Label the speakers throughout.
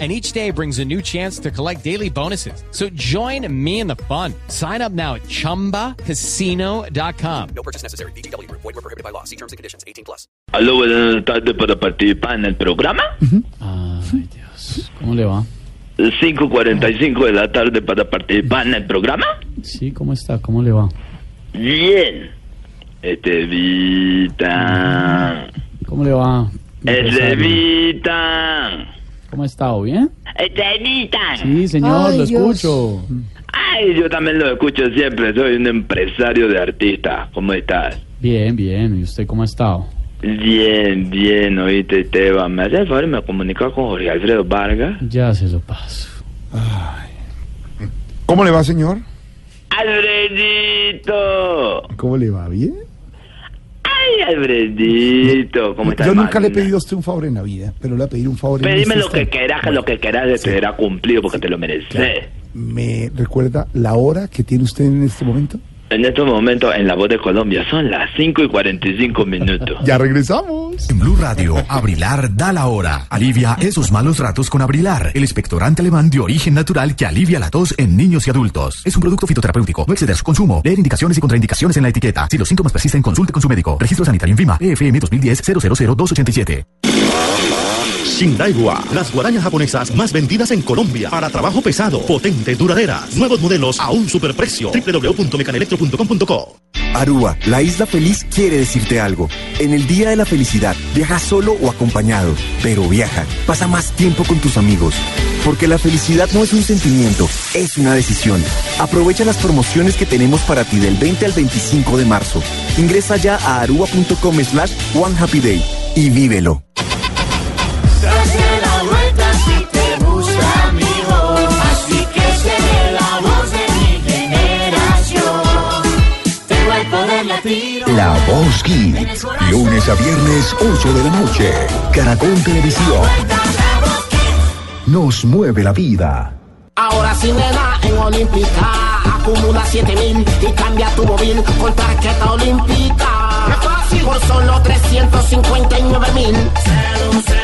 Speaker 1: and each day brings a new chance to collect daily bonuses. So join me in the fun. Sign up now at ChumbaCasino.com.
Speaker 2: No purchase necessary. BGW. Void were prohibited by law. See terms and conditions. 18 plus.
Speaker 3: Aló, buenas tardes para participar en el programa.
Speaker 4: Ay, Dios. ¿Cómo le va?
Speaker 3: 5.45 de la tarde para participar en el programa.
Speaker 4: Sí, ¿cómo está? ¿Cómo le va?
Speaker 3: Bien. Este,
Speaker 5: Mm,
Speaker 3: Estevita.
Speaker 4: ¿Cómo le va?
Speaker 3: Este,
Speaker 4: empresario?
Speaker 3: Estevita.
Speaker 4: ¿Cómo ha estado? ¿Bien?
Speaker 3: Este, Estevita.
Speaker 4: Sí, señor,
Speaker 6: Ay,
Speaker 4: lo
Speaker 6: Dios.
Speaker 4: escucho.
Speaker 3: Ay, yo también lo escucho siempre. Soy un empresario de artistas. ¿Cómo estás?
Speaker 4: Bien, bien. ¿Y usted cómo ha estado?
Speaker 3: Bien, bien, oíste, Esteban. ¿Me hace el favor y me comunica con Jorge Alfredo Vargas?
Speaker 4: Ya se lo paso.
Speaker 5: ¿Cómo le va, señor?
Speaker 3: ¡Alfredito!
Speaker 5: ¿Cómo le va? ¿Bien?
Speaker 3: ¡Ay, Alfredito! ¿Cómo estás?
Speaker 5: Yo nunca le he
Speaker 3: hermano?
Speaker 5: pedido a usted un favor en la vida, pero le voy a pedir un favor en
Speaker 3: Pedime
Speaker 5: este
Speaker 3: lo que
Speaker 5: instante.
Speaker 3: quieras, que lo que quieras te será cumplido porque te lo mereces.
Speaker 5: ¿Me recuerda la hora que tiene usted en este momento?
Speaker 3: En estos momentos, en La Voz de Colombia, son las 5 y 45 minutos.
Speaker 5: Ya regresamos.
Speaker 7: En Blue Radio, Abrilar da la hora. Alivia esos malos ratos con Abrilar, el expectorante alemán de origen natural que alivia la tos en niños y adultos. Es un producto fitoterapéutico. No exceder su consumo. Leer indicaciones y contraindicaciones en la etiqueta. Si los síntomas persisten, consulte con su médico. Registro Sanitario E Invima, EFM 2010-000287.
Speaker 8: Shindaiwa, las guarañas japonesas más vendidas en Colombia para trabajo pesado, potente, duraderas, nuevos modelos a un superprecio. www.mecanelectro.com.co
Speaker 9: Aruba, la isla feliz quiere decirte algo. En el Día de la Felicidad, viaja solo o acompañado, pero viaja, pasa más tiempo con tus amigos. Porque la felicidad no es un sentimiento, es una decisión. Aprovecha las promociones que tenemos para ti del 20 al 25 de marzo. Ingresa ya a aruba.com slash One Happy Day y vívelo.
Speaker 7: La Voz Kids. Lunes a viernes, 8 de la noche. Caracol Televisión. Nos mueve la vida.
Speaker 10: Ahora sí me da en Olímpica. Acumula 7000 y cambia tu móvil con tarjeta olímpica. Qué fácil por solo 359 mil. Ser un, ser un, ser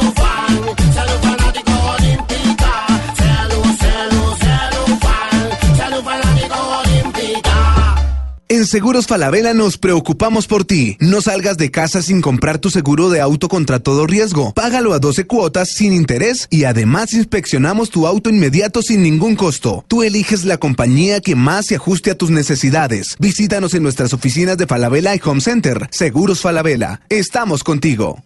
Speaker 10: un fan. Ser un fanático olímpica. Ser un, ser un, ser un fan. Ser un fanático olímpica.
Speaker 9: En Seguros Falabella nos preocupamos por ti. No salgas de casa sin comprar tu seguro de auto contra todo riesgo. Págalo a 12 cuotas sin interés y además inspeccionamos tu auto inmediato sin ningún costo. Tú eliges la compañía que más se ajuste a tus necesidades. Visítanos en nuestras oficinas de Falabella y Home Center. Seguros Falabella. Estamos contigo.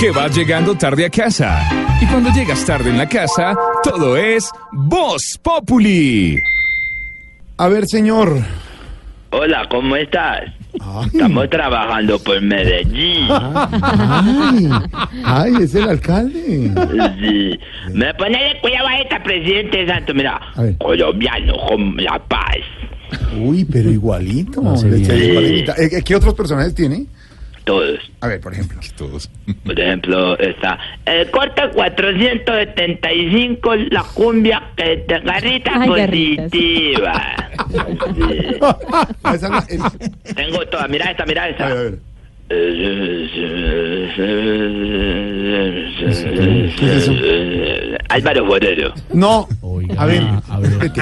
Speaker 11: que vas llegando tarde a casa. Y cuando llegas tarde en la casa, todo es Voz Populi.
Speaker 5: A ver, señor.
Speaker 3: Hola, ¿cómo estás? Estamos trabajando por Medellín.
Speaker 5: Ay, ay, es el alcalde.
Speaker 3: Sí. Me pone de cuidado a esta presidente Santos. Mira,
Speaker 5: A ver.
Speaker 3: colombiano con la paz.
Speaker 5: Uy, pero igualito.
Speaker 4: Hace
Speaker 5: Le
Speaker 4: bien.
Speaker 5: eché igualita. Eh, ¿Qué otros personajes tiene?
Speaker 3: Todos.
Speaker 5: A ver, por ejemplo.
Speaker 3: Por ejemplo, está eh, el corte 475, la cumbia que te garrita
Speaker 6: Ay, garritas.
Speaker 3: positiva. Sí.
Speaker 5: Ah, esa es la- el-
Speaker 3: Tengo toda, mira esta, mira
Speaker 5: a
Speaker 3: esta.
Speaker 5: ver, a ver.
Speaker 3: Eh, Álvaro Borero.
Speaker 5: No.
Speaker 4: Oiga,
Speaker 5: A ver,
Speaker 4: a ver.
Speaker 5: respete.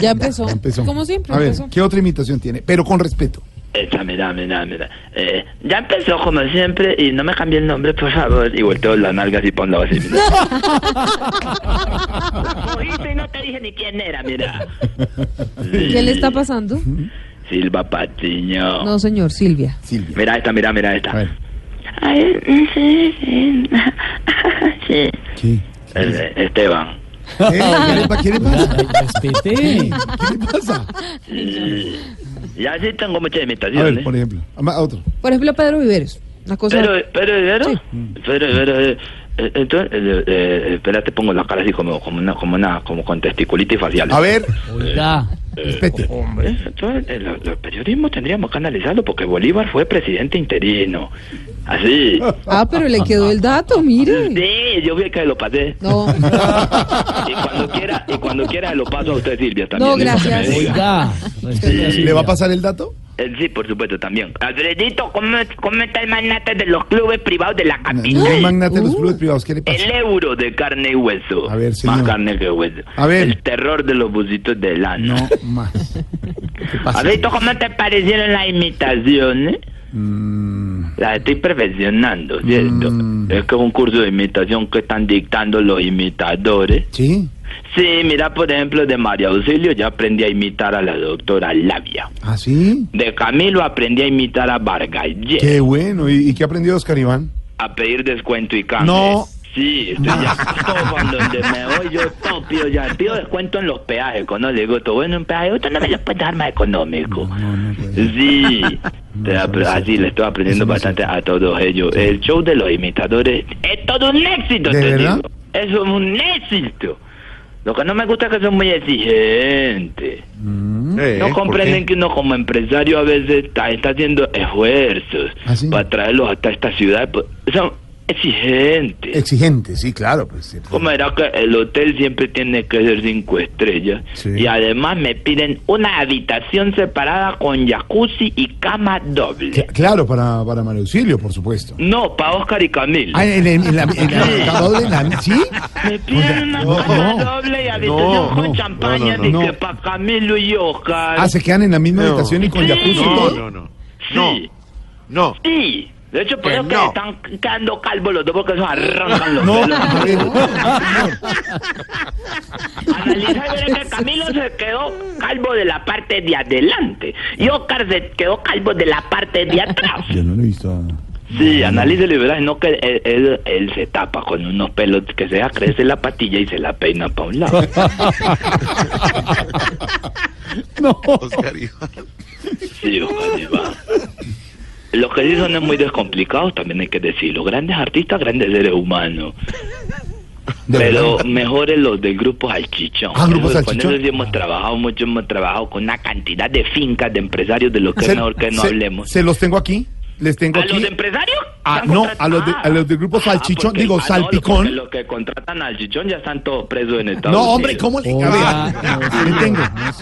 Speaker 6: Ya empezó.
Speaker 5: Empezó.
Speaker 6: Como siempre
Speaker 5: A ver,
Speaker 6: empezó.
Speaker 5: ¿qué otra imitación tiene? Pero con respeto.
Speaker 3: Esta, mira, mira, mira. Eh, ya empezó como siempre y no me cambie el nombre, por favor. Y volteo las nalgas y ponlo así, mira. Cogiste y no te dije ni quién era, mira.
Speaker 6: ¿Qué le está pasando?
Speaker 3: Silva Patiño.
Speaker 6: No, señor, Silvia.
Speaker 5: Silvia.
Speaker 3: Mira esta, mira, mira esta.
Speaker 5: A ver.
Speaker 3: Ay, sí, sí. sí.
Speaker 5: ¿Qué?
Speaker 3: Eh, Esteban.
Speaker 5: ¿Qué, ¿Qué le pa- qué le pasa?
Speaker 4: Respete.
Speaker 5: ¿Qué le pasa?
Speaker 3: Ya sí tengo ¿eh? muchas
Speaker 5: A
Speaker 3: imitaciones.
Speaker 5: ver, por ejemplo. A ma- a otro.
Speaker 6: Por ejemplo, Pedro Viveros. Una cosa.
Speaker 3: Pero, pero, pero, pero, pero, eh, Eh, Entonces, eh, eh, espera, te pongo la cara así como, como una, como una, como con testiculitis facial.
Speaker 5: A ver.
Speaker 4: Oiga.
Speaker 5: Hombre.
Speaker 3: Entonces, el, el periodismo tendríamos que analizarlo porque Bolívar fue presidente interino. Así.
Speaker 6: Ah, pero le quedó el dato, mire.
Speaker 3: Sí, yo vi que lo pasé.
Speaker 6: No,
Speaker 3: Y cuando quiera, y cuando quiera lo paso a usted, Silvia, también.
Speaker 6: no,
Speaker 3: digo que me
Speaker 6: gracias.
Speaker 3: diga.
Speaker 4: Oiga. respete a
Speaker 5: ¿Le va a
Speaker 4: Silvia.
Speaker 5: pasar el dato?
Speaker 3: Eh, Sí, por supuesto, también. Alfredito, ¿cómo, cómo está el magnate de los clubes privados de la
Speaker 5: No es
Speaker 3: capital?
Speaker 5: magnate de los
Speaker 6: Uh.
Speaker 5: clubes privados. ¿Qué le pasa?
Speaker 3: El e- euro de carne y hueso.
Speaker 5: A ver,
Speaker 3: Más
Speaker 5: señor.
Speaker 3: carne que hueso.
Speaker 5: A ver.
Speaker 3: El terror de los busitos de lana.
Speaker 5: No más. ¿Qué te pasa?
Speaker 3: Alfredito, ¿cómo te parecieron las imitaciones?
Speaker 5: Mm.
Speaker 3: Las estoy perfeccionando, ¿cierto? Es que es un curso de imitación que están dictando los imitadores.
Speaker 5: Sí.
Speaker 3: Sí, mira, por ejemplo, de María Auxilio ya aprendí a imitar a la doctora Labia.
Speaker 5: ¿Ah, sí?
Speaker 3: De Camilo aprendí a imitar a Vargas Lleras.
Speaker 5: Qué bueno. ¿Y, y qué aprendió Oscar Iván?
Speaker 3: a pedir descuento y cambio.
Speaker 5: No.
Speaker 3: Sí, estoy ya todo en donde me voy, yo todo pido ya, pido descuento en los peajes, cuando le digo todo bueno un peaje, otro no me lo puede dar más económico. sí, Te apre- así le estoy aprendiendo bastante a todos ellos. El show de los imitadores es todo un éxito,
Speaker 5: ¿De
Speaker 3: te
Speaker 5: verdad?
Speaker 3: digo. Eso es un éxito. Lo que no me gusta es que son muy exigentes. No comprenden que uno como empresario a veces está, está haciendo esfuerzos
Speaker 5: ¿Ah, sí?
Speaker 3: para traerlos hasta esta ciudad. pues, Son exigentes.
Speaker 5: Exigente, sí, claro. Pues, sí.
Speaker 3: ¿Cómo era que el hotel siempre tiene que ser cinco estrellas?
Speaker 5: Sí.
Speaker 3: Y además me piden una habitación separada con jacuzzi y cama doble.
Speaker 5: Cla- Claro, para, para Mario Auxilio, por supuesto.
Speaker 3: No, para Oscar y Camil.
Speaker 5: Ah, en, en- en la, en la- en la doble, en la- ¿sí?
Speaker 3: me piden una
Speaker 5: no,
Speaker 3: cama
Speaker 5: no,
Speaker 3: doble y
Speaker 5: no,
Speaker 3: habitación con
Speaker 5: no,
Speaker 3: champaña
Speaker 5: no, no,
Speaker 3: de
Speaker 5: no.
Speaker 3: que para Camilo y Oscar.
Speaker 5: Ah, se quedan en la misma habitación y con
Speaker 3: Sí.
Speaker 5: jacuzzi. y todo?
Speaker 3: No, Sí. No. Sí. De hecho, por eso que están quedando calvos los dos porque esos arrancan los
Speaker 5: No,
Speaker 3: pelos.
Speaker 5: a ver,
Speaker 3: Analiza y verá que Camilo se quedó calvo de la parte de adelante y Oscar se quedó calvo de la parte de atrás.
Speaker 5: Yo no lo he visto. a-
Speaker 3: Sí, analízalo y verás, no que él, él- él se tapa con unos pelos que se deja crecer la patilla y se la peina para un lado.
Speaker 4: No.
Speaker 3: Sí, Oscar Iván. Los que sí son muy descomplicados, también hay que decirlo. Grandes artistas, grandes seres humanos.
Speaker 5: ¿De
Speaker 3: Pero
Speaker 5: verdad?
Speaker 3: mejores los del grupo Salchichón.
Speaker 5: Ah, Grupo
Speaker 3: Eso-
Speaker 5: Salchichón.
Speaker 3: Con eso sí hemos trabajado mucho, hemos trabajado con una cantidad de fincas, de empresarios, de los que es mejor que no
Speaker 5: se-
Speaker 3: hablemos.
Speaker 5: Se los tengo aquí. Les tengo
Speaker 3: ¿A los
Speaker 5: aquí.
Speaker 3: de empresarios?
Speaker 5: Ah,
Speaker 3: ¿Están
Speaker 5: no,
Speaker 3: contratados? Ah,
Speaker 5: a los de- a los del grupo Salchichón,
Speaker 3: porque-
Speaker 5: digo,
Speaker 3: no,
Speaker 5: Salpicón.
Speaker 3: porque los que contratan al chichón ya están todos presos en Estados Unidos.
Speaker 5: No, hombre, ¿cómo le.? A
Speaker 4: Hola,
Speaker 5: ver, le tengo,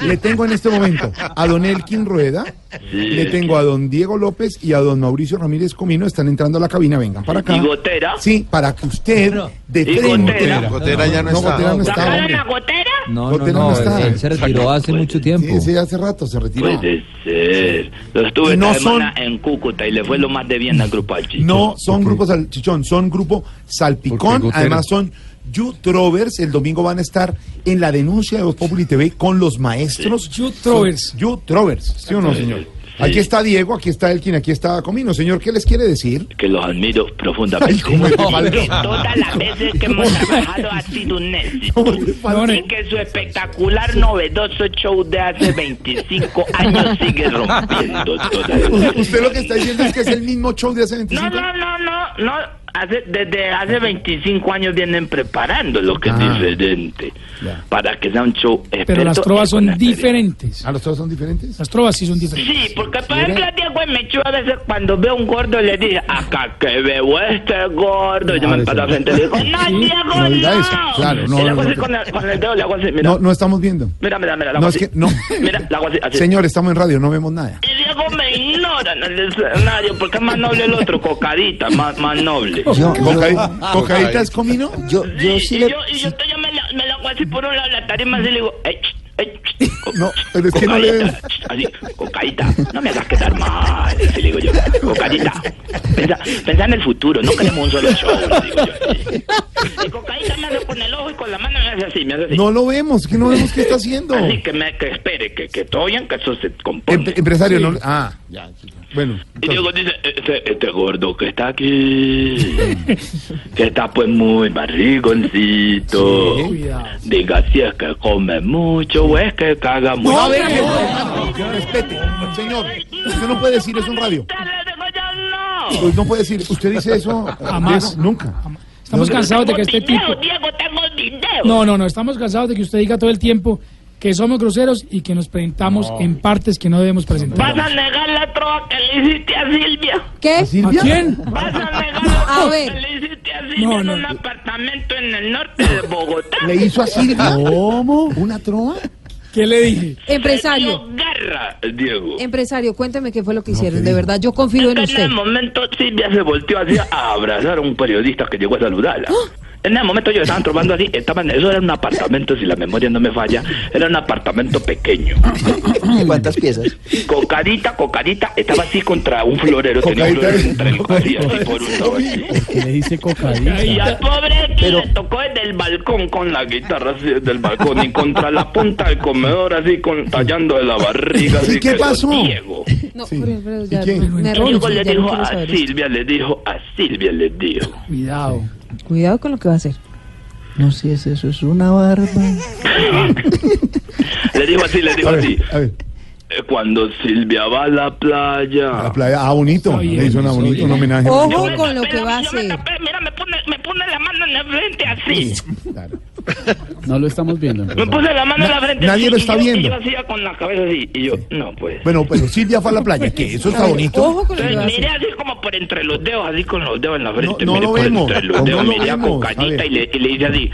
Speaker 5: le tengo en este momento a don Elkin Rueda, le tengo a don Diego López y a don Mauricio Ramírez Comino. Están entrando a la cabina, vengan para acá.
Speaker 3: ¿Y Gotera?
Speaker 5: Sí, para que usted de
Speaker 3: ¿Y
Speaker 5: frente.
Speaker 3: Gotera?
Speaker 12: Gotera ya no
Speaker 5: No,
Speaker 12: está.
Speaker 5: Gotera no está,
Speaker 3: ¿Sacaron
Speaker 5: hombre.
Speaker 3: a Gotera?
Speaker 12: No, no,
Speaker 5: Gotera no
Speaker 12: no,
Speaker 5: está.
Speaker 12: él se retiró hace mucho tiempo.
Speaker 5: Sí, sí, hace rato se retiró.
Speaker 3: Puede ser. Los tuve
Speaker 5: Y no
Speaker 3: esta semana
Speaker 5: son-
Speaker 3: en Cúcuta y le fue lo más de bien al grupo Salchichón.
Speaker 5: No son grupos salchichón, son grupo
Speaker 12: Porque
Speaker 5: salpicón.
Speaker 12: Gotera.
Speaker 5: Además son Youtrovers. El domingo van a estar en la denuncia de Voz Populi TV con los maestros. Youtrovers. Youtrovers, ¿sí o no, señor? Aquí está Diego, aquí está Elkin, aquí está Comino. Señor, ¿qué les quiere decir?
Speaker 3: que los admiro profundamente.
Speaker 5: ¿cómo te
Speaker 3: que
Speaker 5: falta?
Speaker 3: todas las veces que hemos trabajado ha sido un éxito. Y que su espectacular, novedoso show de hace 25 años sigue rompiendo todas las-
Speaker 5: U- Usted lo que está diciendo es que es el mismo show de hace
Speaker 3: No,
Speaker 5: 25
Speaker 3: no, no, no, no. Hace- desde hace 25 años vienen preparando lo que
Speaker 5: Ah.
Speaker 3: es diferente
Speaker 5: Ya.
Speaker 3: para que sea un show
Speaker 13: Pero las
Speaker 3: experto
Speaker 13: trovas
Speaker 3: y con
Speaker 13: son
Speaker 3: experiencia.
Speaker 13: diferentes.
Speaker 5: ¿A ¿Ah, los todos son diferentes?
Speaker 13: Las trovas sí son diferentes.
Speaker 3: Sí, porque por ejemplo Diego en Mechúa a veces cuando veo un gordo le dice, acá que veo este gordo, y yo
Speaker 5: Ah,
Speaker 3: me
Speaker 5: de
Speaker 3: paro
Speaker 5: ser.
Speaker 3: frente y le digo, no
Speaker 5: Sí,
Speaker 3: Diego,
Speaker 5: no
Speaker 3: no.
Speaker 5: diga eso, claro, no,
Speaker 3: Y le hago
Speaker 5: no,
Speaker 3: así
Speaker 5: no.
Speaker 3: con, el, con el dedo, le hago así, mira.
Speaker 5: No, no estamos viendo.
Speaker 3: Mira, mira, mira, la
Speaker 5: No,
Speaker 3: hago
Speaker 5: es
Speaker 3: así.
Speaker 5: que- no.
Speaker 3: Mira, la hago así, así.
Speaker 5: Señor, estamos en radio, no vemos nada.
Speaker 3: Y Diego me ignora en el escenario, porque es más noble el otro, cocadita, más, más noble.
Speaker 12: Yo,
Speaker 5: Coca- ¿Cocadita es Comino?
Speaker 12: yo,
Speaker 3: Sí, y yo, y yo, estoy- yo me, la, me la hago así por un lado de la tarima y le digo, ey, ch, ey, ch, co-
Speaker 5: No, pero es que no
Speaker 3: cocaíta,
Speaker 5: le-
Speaker 3: ch, Así, cocaíta, no me hagas quedar mal, le digo yo, cocaíta, pensa, pensa en el futuro, no queremos un solo show, le digo yo. Y cocaíta me hace con el ojo y con la mano me hace así, me hace así.
Speaker 5: No lo vemos, que no vemos qué está haciendo.
Speaker 3: Así que me que espere, que, que todo bien, que eso se compone.
Speaker 5: Em- empresario, no. Ah, ya. Bueno.
Speaker 3: Y Diego dice, este, este gordo que está aquí, que está pues muy barrigoncito, diga si es que come mucho o es que caga mucho.
Speaker 5: No, respete, señor. Usted no puede decir eso en radio.
Speaker 3: Te lo digo yo, no.
Speaker 5: Pues no puede decir, usted dice eso.
Speaker 13: Jamás.
Speaker 5: Diego, nunca.
Speaker 14: Estamos
Speaker 3: No,
Speaker 14: cansados de que este tipo...
Speaker 3: Dinero, Diego, tengo dinero.
Speaker 14: No, no, no, estamos cansados de que usted diga todo el tiempo que somos groseros y que nos presentamos en partes que no debemos presentar.
Speaker 3: ¿Vas a negar la trova que le hiciste a Silvia?
Speaker 14: ¿Qué? ¿A
Speaker 3: Silvia?
Speaker 14: quién?
Speaker 3: ¿Vas a negar la
Speaker 6: A
Speaker 3: trova que
Speaker 6: ver.
Speaker 3: le hiciste a Silvia en un apartamento en el norte de Bogotá?
Speaker 5: ¿Le hizo a Silvia? ¿Cómo? ¿Una troma?
Speaker 14: ¿Qué le dije?
Speaker 6: Empresario,
Speaker 3: Garra, Diego.
Speaker 6: empresario, cuénteme qué fue lo que hicieron. De verdad, yo confío en
Speaker 3: En
Speaker 6: usted.
Speaker 3: el momento Silvia se volteó hacia a abrazar a un periodista que llegó a saludarla. En el momento ellos estaban trovando así, estaban, eso era un apartamento, si la memoria no me falla, era un apartamento pequeño.
Speaker 15: ¿Cuántas piezas?
Speaker 3: Cocarita, cocarita, estaba así contra un florero, tenía un florero contra el así, así por un lado. así.
Speaker 4: le dice cocaína?
Speaker 3: Y al pobre que le tocó desde el balcón con la guitarra así desde el balcón y contra la punta del comedor así con, tallando de la barriga.
Speaker 5: ¿Y
Speaker 3: así
Speaker 5: qué
Speaker 3: que
Speaker 5: pasó?
Speaker 3: Diego.
Speaker 6: No, pero, pero ya, me arrepiento,
Speaker 3: Diego le
Speaker 6: ya no
Speaker 3: dijo
Speaker 6: quiero
Speaker 3: a
Speaker 6: saber.
Speaker 3: Silvia, le dijo a Silvia, le dijo.
Speaker 6: Cuidado. Cuidado con lo que va a hacer. No sé si eso es una barba.
Speaker 3: Le dijo así, le dijo así. Eh, Cuando Silvia va a la playa.
Speaker 5: La playa, ah, bonito. Le hizo una bonita, un homenaje.
Speaker 6: Ojo con lo que va a hacer.
Speaker 3: Sí.
Speaker 4: No lo estamos viendo.
Speaker 3: Me puse la mano en la frente.
Speaker 5: Nadie
Speaker 3: así,
Speaker 5: lo
Speaker 3: y
Speaker 5: está
Speaker 3: yo- y
Speaker 5: viendo.
Speaker 3: Yo hacía con la cabeza así. Y yo, no, pues.
Speaker 5: Bueno, pero Silvia fue a la playa, que eso
Speaker 3: A
Speaker 5: está
Speaker 3: ver,
Speaker 6: Oh.
Speaker 5: bonito.
Speaker 6: Pues
Speaker 3: Entonces miré así como por entre los dedos, así con los dedos en la frente.
Speaker 5: No, no
Speaker 3: miré
Speaker 5: lo
Speaker 3: por
Speaker 5: vemos.
Speaker 3: Entre los
Speaker 5: No
Speaker 3: dedos,
Speaker 5: lo
Speaker 3: miré a
Speaker 5: vemos.
Speaker 3: Cocadita
Speaker 5: A
Speaker 3: y le, y le hice así.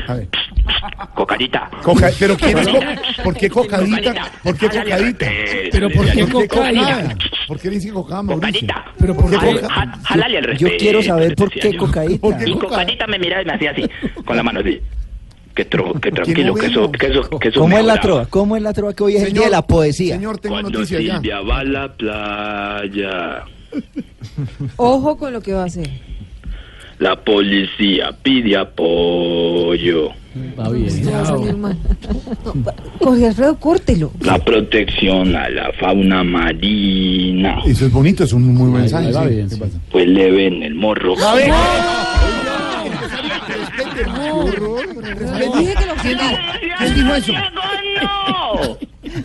Speaker 3: Cocadita.
Speaker 5: Coca- pero ¿quién es Coca- ¿Por qué cocadita? ¿Por qué cocadita?
Speaker 3: Pero ¿por qué
Speaker 5: cocada? ¿Por qué le dice cocada, Mauricio?
Speaker 14: ¿Pero
Speaker 5: por
Speaker 3: Jal- jal- Jálale el respeto. decía yo. Y Cocadita me miraba y me hacía así, con la mano así. Que, tro- que tranquilo, que eso, que eso, que eso
Speaker 15: ¿Cómo es la
Speaker 3: mejoraba.
Speaker 15: trova? ¿Cómo es la trova que hoy es el día de la poesía?
Speaker 5: Señor,
Speaker 3: Cuando Silvia va a la playa,
Speaker 6: Ojo con lo que va a hacer.
Speaker 3: la policía pide apoyo.
Speaker 6: Esto va a salir mal. No, Jorge Alfredo, córtelo.
Speaker 3: La protección a la fauna marina.
Speaker 5: Eso es bonito, es un muy buen mensaje. sí. ¿Qué pasa?
Speaker 3: Pues le ven el morro.
Speaker 5: ¿Quién dijo eso?
Speaker 3: Yo,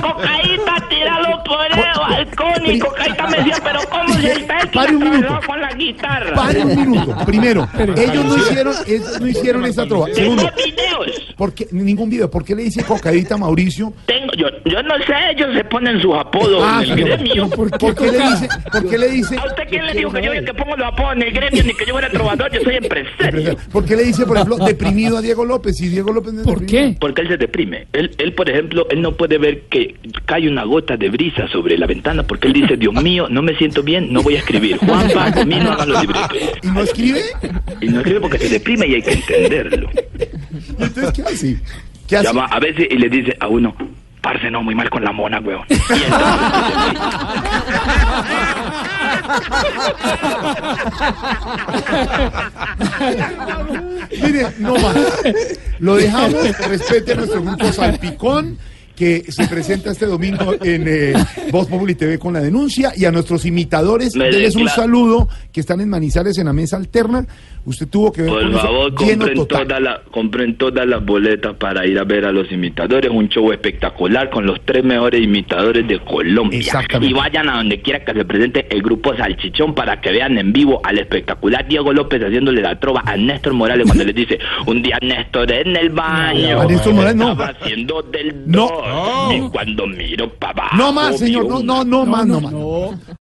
Speaker 3: cocaíta, tíralo por el balcón. Y cocaíta me decía, pero ¿cómo se está el que
Speaker 5: Pare un
Speaker 3: la
Speaker 5: minuto.
Speaker 3: trajo con la guitarra?
Speaker 5: Pare un minuto. Primero, ellos no hicieron, es- no hicieron esa trova.
Speaker 3: Tengo
Speaker 5: Segundo,
Speaker 3: videos.
Speaker 5: ¿por qué- ningún video. ¿Por qué le dice cocadita a Mauricio?
Speaker 3: Tengo, yo, yo no sé, ellos se ponen sus apodos
Speaker 5: Ah,
Speaker 3: en el
Speaker 5: pero-
Speaker 3: gremio.
Speaker 5: ¿por qué, ¿Por qué le dice? ¿Por qué le dice?
Speaker 3: ¿A usted quién le dijo que yo era el que pongo los apodos en el gremio? Ni que yo era trovador, yo soy empresario.
Speaker 5: ¿Por qué le dice, por ejemplo, deprimido a Diego López? Y Diego López no es deprimido.
Speaker 14: ¿Qué?
Speaker 3: Porque él se deprime. Él, él, por ejemplo, él no puede ver que cae una gota de brisa sobre la ventana porque él dice, Dios mío, no me siento bien, no voy a escribir. Juan Pacomino haga los libretos.
Speaker 5: ¿Y no escribe?
Speaker 3: Y no escribe porque se deprime y hay que entenderlo.
Speaker 5: Entonces, ¿qué hace?
Speaker 3: Llama a veces y le dice a uno, parce, no, muy mal con la mona, weón.
Speaker 5: Mire, no más. Lo dejamos. Respete a nuestro grupo Salpicón que se presenta este domingo en eh, Voz Populi TV con la denuncia y a nuestros imitadores
Speaker 3: Me
Speaker 5: denles un
Speaker 3: declaro.
Speaker 5: saludo que están en Manizales en la mesa alterna. Usted tuvo que ver
Speaker 3: Por
Speaker 5: con eso.
Speaker 3: favor,
Speaker 5: lleno
Speaker 3: compren,
Speaker 5: total.
Speaker 3: toda la, compren todas las boletas para ir a ver a los imitadores. Un show espectacular con los tres mejores imitadores de Colombia.
Speaker 5: Exactamente.
Speaker 3: Y vayan a donde quiera que se presente el grupo Salchichón para que vean en vivo al espectacular Diego López haciéndole la trova a Néstor Morales cuando le dice: Un día Néstor en el baño.
Speaker 5: A Néstor Morales no.
Speaker 3: estaba haciendo del
Speaker 5: No.
Speaker 3: dos, Y cuando miro para abajo.
Speaker 5: No más,
Speaker 3: vi
Speaker 5: señor. No,
Speaker 3: un
Speaker 5: no, no más, no más.